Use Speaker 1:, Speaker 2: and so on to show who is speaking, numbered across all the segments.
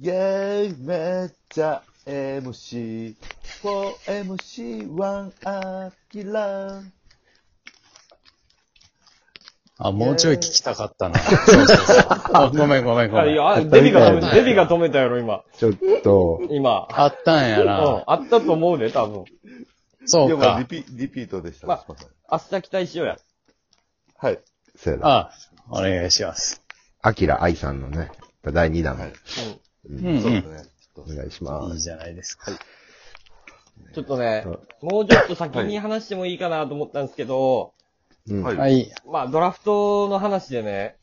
Speaker 1: めちゃ MC、4MC1 アキラ。
Speaker 2: あ、もうちょい聞きたかったな。そうそうそうあごめんごめんご
Speaker 3: あ、
Speaker 2: め
Speaker 3: い
Speaker 2: ん。
Speaker 3: や、あデビが止めた、デビが止めたやろ、今。
Speaker 4: ちょっと、
Speaker 3: 今。
Speaker 2: あったんや
Speaker 3: うん、
Speaker 2: な。
Speaker 3: あったと思うで、多分。
Speaker 2: そう
Speaker 1: まあリ
Speaker 2: か。
Speaker 1: ピ、リピートでした。
Speaker 3: まあ
Speaker 1: すいません
Speaker 3: 明日期待しようや。
Speaker 1: はい。
Speaker 4: せやな。
Speaker 2: あ、お願いします。
Speaker 4: アキラ愛さんのね、第2弾、
Speaker 1: はい
Speaker 2: うん
Speaker 1: そう
Speaker 2: う
Speaker 1: です
Speaker 2: ん。
Speaker 1: ね。ちょっ
Speaker 4: お願いしま
Speaker 2: いい
Speaker 4: す。
Speaker 2: じゃないですか。
Speaker 3: ちょっとね、もうちょっと先に話してもいいかなと思ったんですけど、
Speaker 4: うん
Speaker 1: はい
Speaker 2: はい。
Speaker 3: まあ、ドラフトの話でね、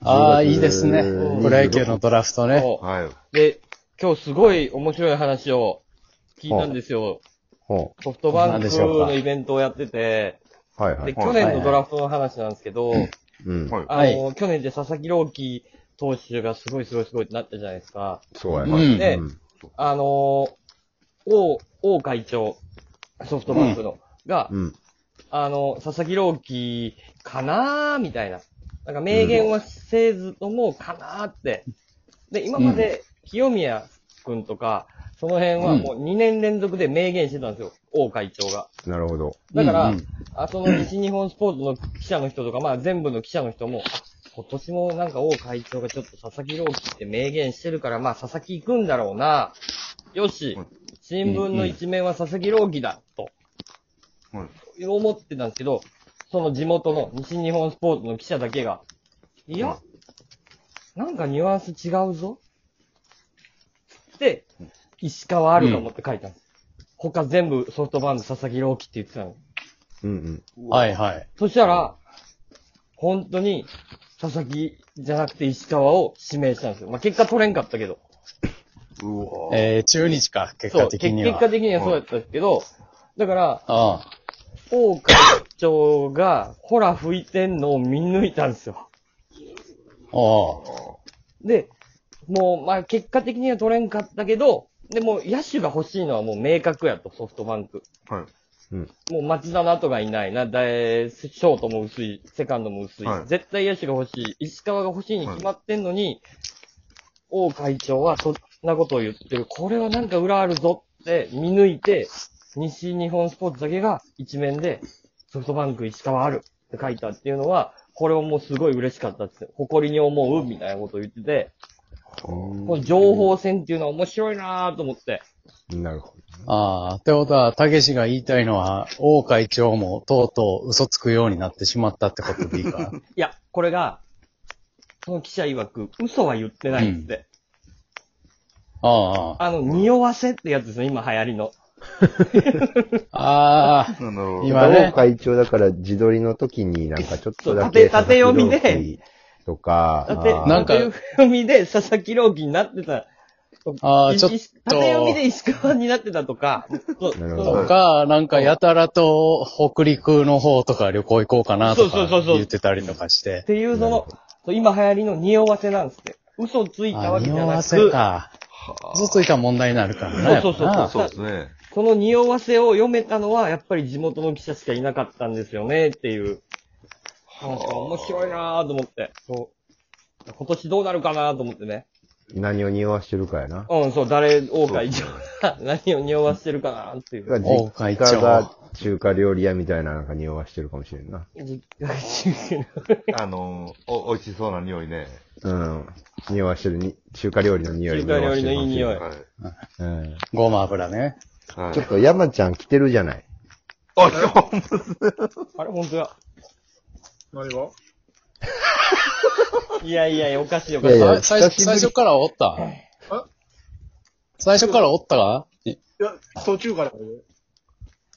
Speaker 2: ああ、いいですね。
Speaker 4: うん
Speaker 2: プロ野球のドラフトね。
Speaker 1: と
Speaker 3: そ
Speaker 1: はい。
Speaker 3: うで、今日すごい面白い話を聞いたんですよ。
Speaker 4: ほ
Speaker 3: ソフトバ
Speaker 2: な
Speaker 3: ン
Speaker 2: ん
Speaker 3: ク
Speaker 2: でしょうか
Speaker 3: のイベントをやってて、
Speaker 4: うはいは
Speaker 3: で、
Speaker 4: い。
Speaker 3: 去年のドラフトの話なんですけど、
Speaker 4: うん。
Speaker 1: はい。
Speaker 3: あの、去年で佐々木朗希投手がすごいすごいすごいってなったじゃないですか。
Speaker 4: そうや
Speaker 2: う
Speaker 4: な。
Speaker 2: ん
Speaker 3: で
Speaker 4: うん
Speaker 3: あの、王、王会長、ソフトバンクの、が、
Speaker 4: うん。
Speaker 3: あの、佐々木朗希かなーみたいな。なんか明言はせずともかなーって。で、今まで清宮くんとか、その辺はもう2年連続で明言してたんですよ。王会長が。
Speaker 4: なるほど。
Speaker 3: だから、
Speaker 2: うんうん
Speaker 3: あその西日本スポーツの記者の人とか、まあ全部の記者の人も、あ今年もなんか王会長がちょっと佐々木朗希って明言してるから、まあ佐々木行くんだろうな。よし、新聞の一面は佐々木朗希だ、と
Speaker 1: はい。
Speaker 3: 思ってたんですけど、その地元の西日本スポーツの記者だけが、いや、なんかニュアンス違うぞ。で、石川あると思って書いたんです。他全部ソフトバンク佐々木朗希って言ってたの。
Speaker 4: うん
Speaker 2: はいはい。
Speaker 3: そしたら、本当に、佐々木じゃなくて石川を指名したんですよ。まあ、結果取れんかったけど。
Speaker 1: うわー
Speaker 2: えー、中日か、結
Speaker 3: そ
Speaker 2: 果
Speaker 3: う、
Speaker 2: 的
Speaker 3: け
Speaker 2: に
Speaker 3: 結
Speaker 2: は。
Speaker 3: 果的にはそうやったけど、だから、
Speaker 2: あ
Speaker 3: 大会長が、ほら吹いてんのを見抜いたんですよ。
Speaker 2: あ、あ
Speaker 3: で、もう、まあ、結果的には取れんかったけど、でも、野手が欲しいのはもう明確やと、ソフトバンク。
Speaker 1: はい。
Speaker 3: もう松田の後がいないな。だえショートも薄い、セカンドも薄い。
Speaker 1: はい
Speaker 3: 絶対野手が欲しい。石川が欲しいに決まってんのに、王会長はそんなことを言ってる。これはなんか裏あるぞって見抜いて、西日本スポーツだけが一面で、ソフトバンク石川あるって書いたっていうのは、これをもうすごい嬉しかったです。誇りに思うみたいなことを言ってて、
Speaker 4: うん。
Speaker 3: この情報戦っていうのは面白いなぁと思って。
Speaker 4: なるほ
Speaker 2: あ、ああ。ってことは、たけしが言いたいのは、王会長もとうとう嘘つくようになってしまったってことでいいか。
Speaker 3: いや、これが、その記者曰く、嘘は言ってないっつって。
Speaker 2: ああ、あ
Speaker 3: あの、匂わせってやつですね、今流行りの。
Speaker 2: ああ
Speaker 1: な
Speaker 2: あ、
Speaker 1: るほど。
Speaker 2: 今
Speaker 4: ど。
Speaker 2: ね
Speaker 4: 同会長だから自撮りの時になんかちょっとだ
Speaker 3: そ
Speaker 4: け
Speaker 3: う縦縦読みで
Speaker 4: 佐々木朗希とか、
Speaker 3: だって、
Speaker 4: あー
Speaker 2: なんか
Speaker 3: 縦読みで佐々木朗希になってた。
Speaker 2: ああ、
Speaker 3: い
Speaker 2: ちょっと。
Speaker 3: い縦読みで石川になってたと か、そう
Speaker 4: なるほ
Speaker 2: と
Speaker 4: ど
Speaker 2: か、なんかやたらと北陸の方とか旅行行こうかなと
Speaker 3: そう
Speaker 2: か
Speaker 3: そうそうそう
Speaker 2: 言ってたりとかし。
Speaker 3: ってていうその、そう今流行りの匂わせなんですって。嘘ついた
Speaker 2: あ
Speaker 3: わけじゃ
Speaker 2: 匂
Speaker 3: な
Speaker 2: わ
Speaker 3: く、
Speaker 2: せか。嘘ついたら問題になるからな。
Speaker 3: そうそうそう
Speaker 2: やっぱな
Speaker 1: そうですね。
Speaker 3: その匂わせを読めたのは、やっぱり地元の記者しかいなかったんですよね、っていう話が面白いなぁと思って。そう今年どうなるかなと思ってね。
Speaker 4: 何を匂わしてるかやな。
Speaker 3: うん、そう、誰、王会長が何を匂わしてるかなっていう。
Speaker 2: 王会長
Speaker 4: 実家が中華料理屋みたいななんか匂わしてるかもしれんな。
Speaker 3: 実家中継の
Speaker 1: あのー、お、美味しそうな匂いね。
Speaker 4: うん。匂わしてるに、中華料理の匂い
Speaker 3: 中華料理のいい
Speaker 4: 匂
Speaker 3: 匂
Speaker 4: わ
Speaker 3: い。
Speaker 1: はい。
Speaker 4: してるかもしれんうん。
Speaker 2: ごま油ね。
Speaker 1: はい
Speaker 4: ちょっと山ちゃん来てるじゃない。
Speaker 1: あ、そう
Speaker 3: あれ、本当だ。
Speaker 5: 何が
Speaker 3: いやいやいや、おかしいお
Speaker 4: い
Speaker 3: かし
Speaker 4: や
Speaker 3: い。。
Speaker 4: いや、
Speaker 2: あ
Speaker 4: 久
Speaker 2: 最
Speaker 4: しぶり
Speaker 2: 最初からおった最初からおったかい
Speaker 5: いや、途中からだよ。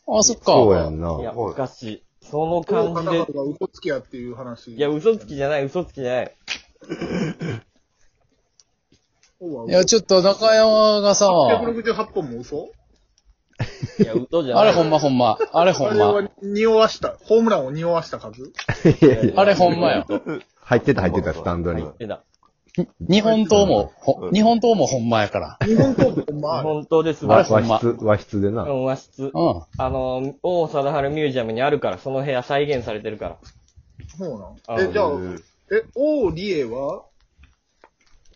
Speaker 2: あ、そっか。
Speaker 4: そうやんない
Speaker 3: や、おかしい。その感じで
Speaker 5: 方。が嘘つきやっていう話。
Speaker 3: いや、嘘つきじゃない、嘘つきじゃない。
Speaker 5: そう
Speaker 2: い
Speaker 5: は
Speaker 2: や、ちょっと中山がさ、
Speaker 5: 868本も嘘
Speaker 3: いや、嘘じゃな
Speaker 2: あ
Speaker 3: い。
Speaker 2: れほんまほんま。あれほ
Speaker 5: あ
Speaker 2: ん
Speaker 5: れ
Speaker 2: ま。
Speaker 5: は匂わした、ホームランを匂わした数
Speaker 2: あれほんまよ。
Speaker 4: 入ってた入ってた、スタンドに。
Speaker 3: 言ってた。
Speaker 2: 日本刀も、ほ日本刀もほんまやから。
Speaker 5: 日本刀ってほんまあれ
Speaker 3: 本当です、
Speaker 2: あれ
Speaker 3: 和
Speaker 4: 和
Speaker 3: 室。
Speaker 2: ほんま
Speaker 4: 室、和室でな。
Speaker 3: うん、和室。
Speaker 2: うん。
Speaker 3: あの、王貞治ミュージアムにあるから、その部屋再現されてるから。
Speaker 5: そう
Speaker 3: あ
Speaker 5: なん。え、じゃあ
Speaker 1: う、ん
Speaker 5: え、王理恵は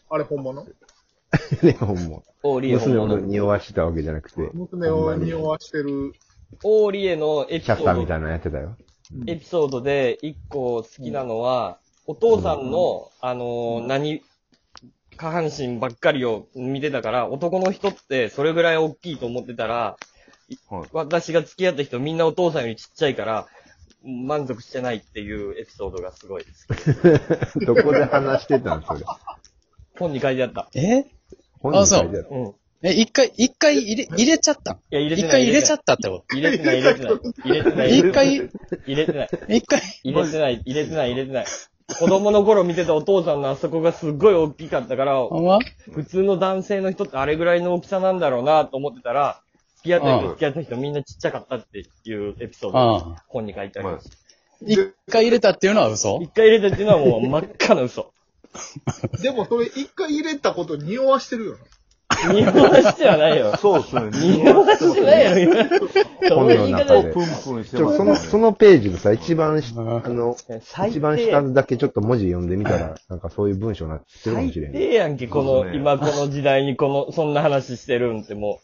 Speaker 5: あれほんまの
Speaker 4: レオンも。
Speaker 3: オーリエ
Speaker 4: 娘
Speaker 3: の
Speaker 4: を、匂わしてたわけじゃなくて、
Speaker 5: 娘を匂わしてる。
Speaker 3: オーリエのエピ
Speaker 4: シ
Speaker 3: ソ
Speaker 4: ャッター
Speaker 3: ー
Speaker 4: み
Speaker 3: ド
Speaker 4: たいなのやってたよ。
Speaker 3: エピソードで一個好きなのは、お父さんの、あのー何、下半身ばっかりを見てたから、男の人ってそれぐらい大きいと思ってたら、
Speaker 1: はい
Speaker 3: 私が付き合った人みんなお父さんよりちっちゃいから、満足してないっていうエピソードがすごい好き。
Speaker 4: どこで話してたんそれ。
Speaker 3: 本に書いてあった。
Speaker 2: え
Speaker 4: 本に書いてある。
Speaker 3: うん。い
Speaker 2: え、一回、一回入れ、入れちゃったん
Speaker 3: や、入れて
Speaker 2: 一
Speaker 3: ない。
Speaker 2: 回入れちゃ
Speaker 3: っ
Speaker 2: ったってこ
Speaker 3: た。入れてない、入れてない。入れてな
Speaker 2: と
Speaker 3: い。
Speaker 2: 一回、
Speaker 3: 入れてない。
Speaker 2: 一回、
Speaker 3: 入れてない、入れてない、入れてない。子供の頃見てたお父さんのあそこがすっごい大きかったから、
Speaker 2: ほんま
Speaker 3: 普通の男性の人ってあれぐらいの大きさなんだろうなと思ってたら、付き合った
Speaker 2: う
Speaker 3: 人、
Speaker 2: ん
Speaker 3: 付き合った人みんなちっちゃかったっていうエピソードが
Speaker 2: ああ。
Speaker 3: 本に書いてあります。
Speaker 2: 一回入れたっていうのは嘘
Speaker 3: 一回入れたっていうのはもう真っ赤な嘘。
Speaker 5: でもそれ一回入れたこと匂わしてるよな。
Speaker 3: 見逃してはないよ。
Speaker 1: そうっすね。
Speaker 3: 見逃してないよ、今。その言い方
Speaker 4: 本の中で
Speaker 1: プンプンして
Speaker 4: ち
Speaker 1: ま
Speaker 4: ょ、
Speaker 1: す
Speaker 4: そ
Speaker 1: ね
Speaker 4: の、そのページのさ、一番し、あの、
Speaker 3: 最低
Speaker 4: 一番下だけちょっと文字読んでみたら、なんかそういう文章になってるかもしれん。
Speaker 3: ええやんけ、こ
Speaker 1: そうで
Speaker 3: の、
Speaker 1: すね
Speaker 3: 今この時代にこの、そんな話してるんっても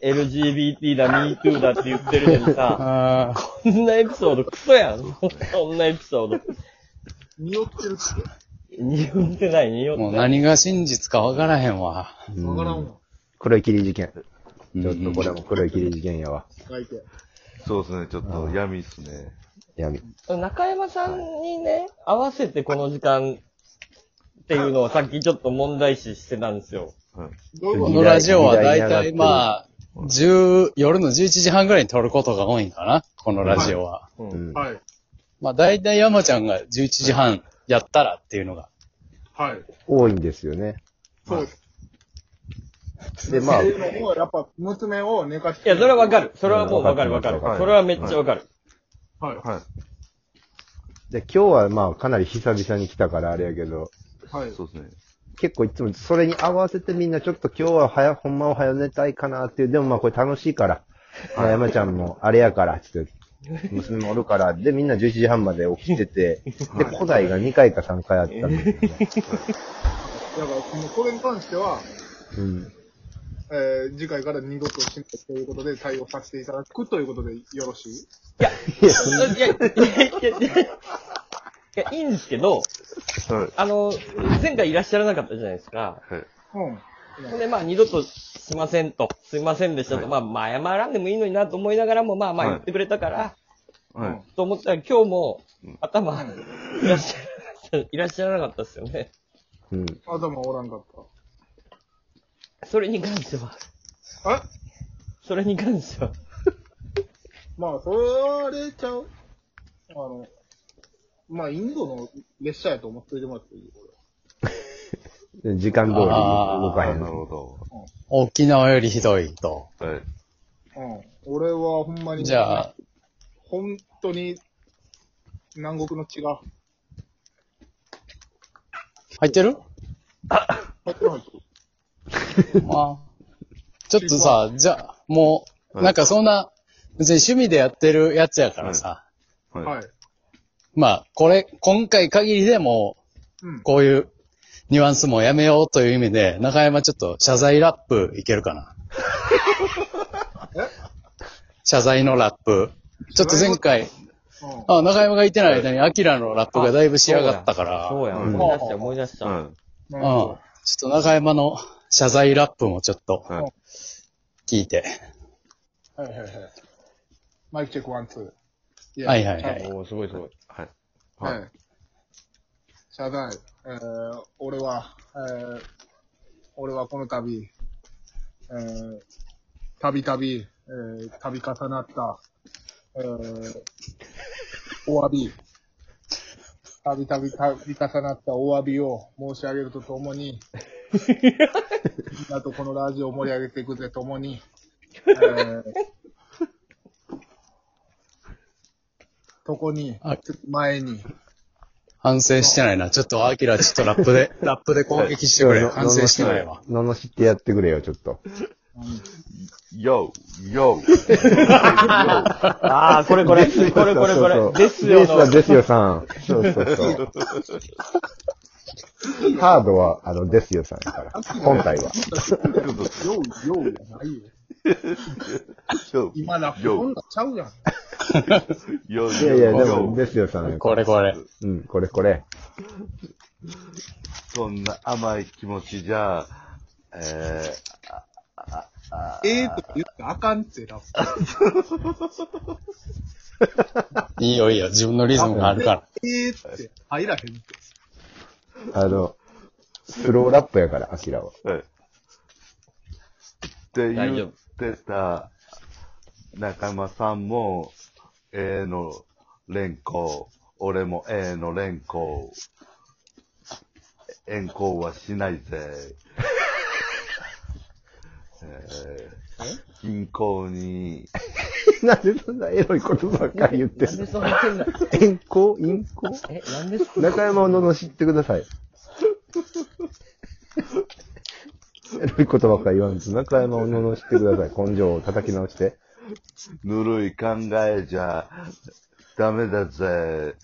Speaker 3: う、LGBT だ、MeToo だって言ってるのにさ、
Speaker 2: ああ。
Speaker 3: こんなエピソードクソやん。そんなエピソード。
Speaker 5: 匂ってるっ
Speaker 3: 匂ってない、匂って
Speaker 2: もう
Speaker 3: ない。
Speaker 2: 何が真実かわからへんわ。
Speaker 5: て。わからんわ。
Speaker 4: 黒い霧事件。
Speaker 2: うん
Speaker 4: ちょっとこれも黒い霧事件やわ。
Speaker 5: 相手。
Speaker 1: そうですね、ちょっと闇っすね。
Speaker 4: 闇。
Speaker 3: 中山さんにね、合わせてこの時間っていうのをさっきちょっと問題視してたんですよ。
Speaker 1: はい
Speaker 5: どういう
Speaker 2: こ
Speaker 5: こ
Speaker 2: のラジオはだいたいまあ、10夜の11時半ぐらいに撮ることが多いんかなこのラジオは。
Speaker 3: う。
Speaker 4: うんん
Speaker 5: と。はい。
Speaker 2: まあ、だいたい山ちゃんが11時半やったらっていうのが。
Speaker 5: はい。
Speaker 4: 多いんですよね。
Speaker 5: そうです。
Speaker 4: で、まあ、
Speaker 5: 娘をやっぱ娘を寝かし
Speaker 3: い
Speaker 5: て。
Speaker 3: や、それはわかる。それはもうわかるわかる。
Speaker 1: はい
Speaker 3: それはめっちゃわかる。
Speaker 5: はい。
Speaker 1: は
Speaker 4: で今日はまあかなり久々に来たからあれやけど、
Speaker 5: はい
Speaker 1: い。。そうですね。
Speaker 4: 結構いつもそれに合わせてみんなちょっと今日は早、ほんまは早寝たいかなっていう、でもまあこれ楽しいから、まあ山ちゃんもあれやから、ちょっと。娘もおるから、で、みんな11時半まで起きてて、で、古代が2回か3回あったんですよね。
Speaker 5: だから、その、それに関しては、
Speaker 4: うん。
Speaker 5: えー、次回から二度としないということで対応させていただくということでよろしい
Speaker 3: いや、いや、いや、いや、いや、いいんですけど、
Speaker 1: はい。
Speaker 3: あの、前回いらっしゃらなかったじゃないです
Speaker 1: は
Speaker 3: か。
Speaker 1: い。
Speaker 5: うん。
Speaker 3: ほんで、まあ、二度としませんと、すいませんでしたと、
Speaker 1: は
Speaker 3: まあ、まあ、謝らんでもいいのになと思いながらも、まあまあ
Speaker 1: はい
Speaker 3: 言ってくれたから、
Speaker 1: はい。
Speaker 3: と思ったら今日も
Speaker 1: うん、
Speaker 3: 頭、いらっしゃら、いらっしゃらなかったですよね。
Speaker 4: うん。
Speaker 5: 頭おらんかっ
Speaker 3: それに関しては、
Speaker 5: た。え
Speaker 3: それに関しては、
Speaker 5: まあ、それちゃう。あの、まあ、インドの列車やと思っておいてもらっていいこ
Speaker 4: で時間通り動か
Speaker 1: は
Speaker 4: へ
Speaker 1: い、なる
Speaker 4: ん。
Speaker 1: ほ
Speaker 2: 沖縄よりひどいと。
Speaker 1: ど。はい。
Speaker 5: れ。うん。俺はほんまに、
Speaker 2: じゃあ、
Speaker 5: 本当に、南国の血が、
Speaker 2: 入ってる
Speaker 5: 入ってる入ってる
Speaker 2: まあ。ちょっとさ、じゃあ、もう、
Speaker 1: はい
Speaker 2: なんかそんな、別に趣味でやってるやつやからさ。
Speaker 5: はい。
Speaker 2: まあ、これ、今回限りでもう、
Speaker 5: うん。
Speaker 2: こういうニュアンスもやめようという意味で、中山ちょっと謝罪ラップいけるかな謝罪のラップ。ちょっと前回、
Speaker 5: うん
Speaker 2: あ中山がいてない間にアキラのラップがだいぶ仕上がったから、
Speaker 3: そうや、
Speaker 1: うん
Speaker 3: 思い出した、思い出した。
Speaker 1: は
Speaker 2: う。
Speaker 5: なんる
Speaker 2: ち
Speaker 5: ほ
Speaker 2: ょっと中山の謝罪ラップもちょっと
Speaker 1: い。はい。
Speaker 2: 聞いて。
Speaker 5: どはいはいはい。マイクチェックワン、ツー。いや
Speaker 2: はいはいはい。
Speaker 3: おーすごいすごい。
Speaker 1: はい。
Speaker 5: は
Speaker 1: はい
Speaker 5: い。謝罪、えー、俺は、えー、俺はこの度、えー、たびたび、えー、度重なった、えー、お詫び、たびたび度重なったお詫びを申し上げるとともに、みんなとこのラジオを盛り上げていくぜともに、えー、 とこに、
Speaker 2: あ
Speaker 5: 前に、
Speaker 2: 反省してないな。ちょっとアキラちょっとラップで、 ラップで攻撃してくれ。
Speaker 4: の
Speaker 2: 反省してないわ。。
Speaker 4: ののしってやってくれよ、ちょっと。
Speaker 1: Yo, yo.
Speaker 3: ああ、これこれ、これこれこ
Speaker 4: そうそう
Speaker 3: れ、ですよ
Speaker 4: ですわ
Speaker 3: の。
Speaker 4: ですよさん。そうそうそう。ハードは、あの、ですよさんやから。本体は。
Speaker 5: よう、ようやないよ。
Speaker 1: よ
Speaker 5: 今だ、こん
Speaker 1: よ
Speaker 5: なんちゃうやん。
Speaker 1: よ
Speaker 4: いやいや、でも、
Speaker 1: よ
Speaker 4: ですよさんやか
Speaker 2: これこれ。
Speaker 4: ら。うん、これこれ。
Speaker 1: そんな甘い気持ちじゃ、えー、あああ
Speaker 5: ええとか言ってあかんってな。
Speaker 2: いいよいいよ、自分のリズムがあるから。
Speaker 5: ええって入らへんって。
Speaker 4: あの、スローラップやから、アキラは。
Speaker 1: はいって
Speaker 3: 大
Speaker 1: 言
Speaker 3: 丈
Speaker 1: ってた仲間さんも、A の連行、俺も A の連行、遠行はしないぜ。えー銀行に、
Speaker 4: なんでそんなエロいことばっかり言って
Speaker 3: なん
Speaker 4: る
Speaker 3: でそんな変な、
Speaker 4: 遠行陰行
Speaker 3: え、なんでそんな、
Speaker 4: 中山を罵ってくだ さい。エロいことばっかり言わんと、中山を罵ってください。根性を叩き直して。
Speaker 1: ぬるい考えじゃダメだぜ。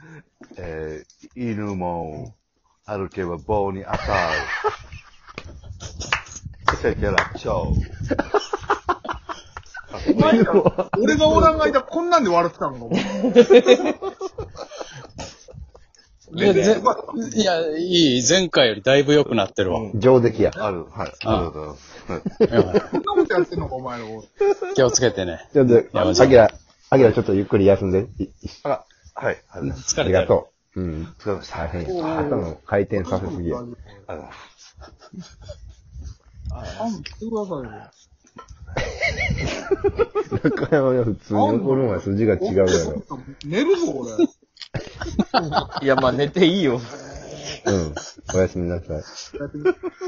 Speaker 1: えー犬も歩けば棒に当たる。セ ケラチョウ。
Speaker 5: お前ら、俺がおらん間、こんなんで笑ってたのか、お前
Speaker 2: いや、ぜいや、いい、前回よりだいぶ良くなってるわ。
Speaker 4: 上出来や。
Speaker 1: ある、はい、
Speaker 2: あ
Speaker 1: ありがとうございます。はい
Speaker 5: こんなことやってんのか、お前ら。おい
Speaker 2: 気をつけてね。
Speaker 4: ちょっと、アキラ、アキラちょっとゆっくり休んで。い
Speaker 1: あら、はい、ありがとうございます。
Speaker 2: 疲
Speaker 4: あ
Speaker 2: れ
Speaker 4: り
Speaker 2: て
Speaker 4: が
Speaker 2: る。
Speaker 4: とう。うん。
Speaker 1: 疲れました。
Speaker 4: 大
Speaker 1: ありが
Speaker 4: 変や。頭を回転させすぎ や。
Speaker 1: とうございます
Speaker 5: 勘弁してくださいよ。
Speaker 4: 中山は普通に怒るんは筋が違うやろ。
Speaker 5: 寝るぞ、俺。
Speaker 3: いや、まあ寝ていいよ。
Speaker 4: うん。おやすみなさい。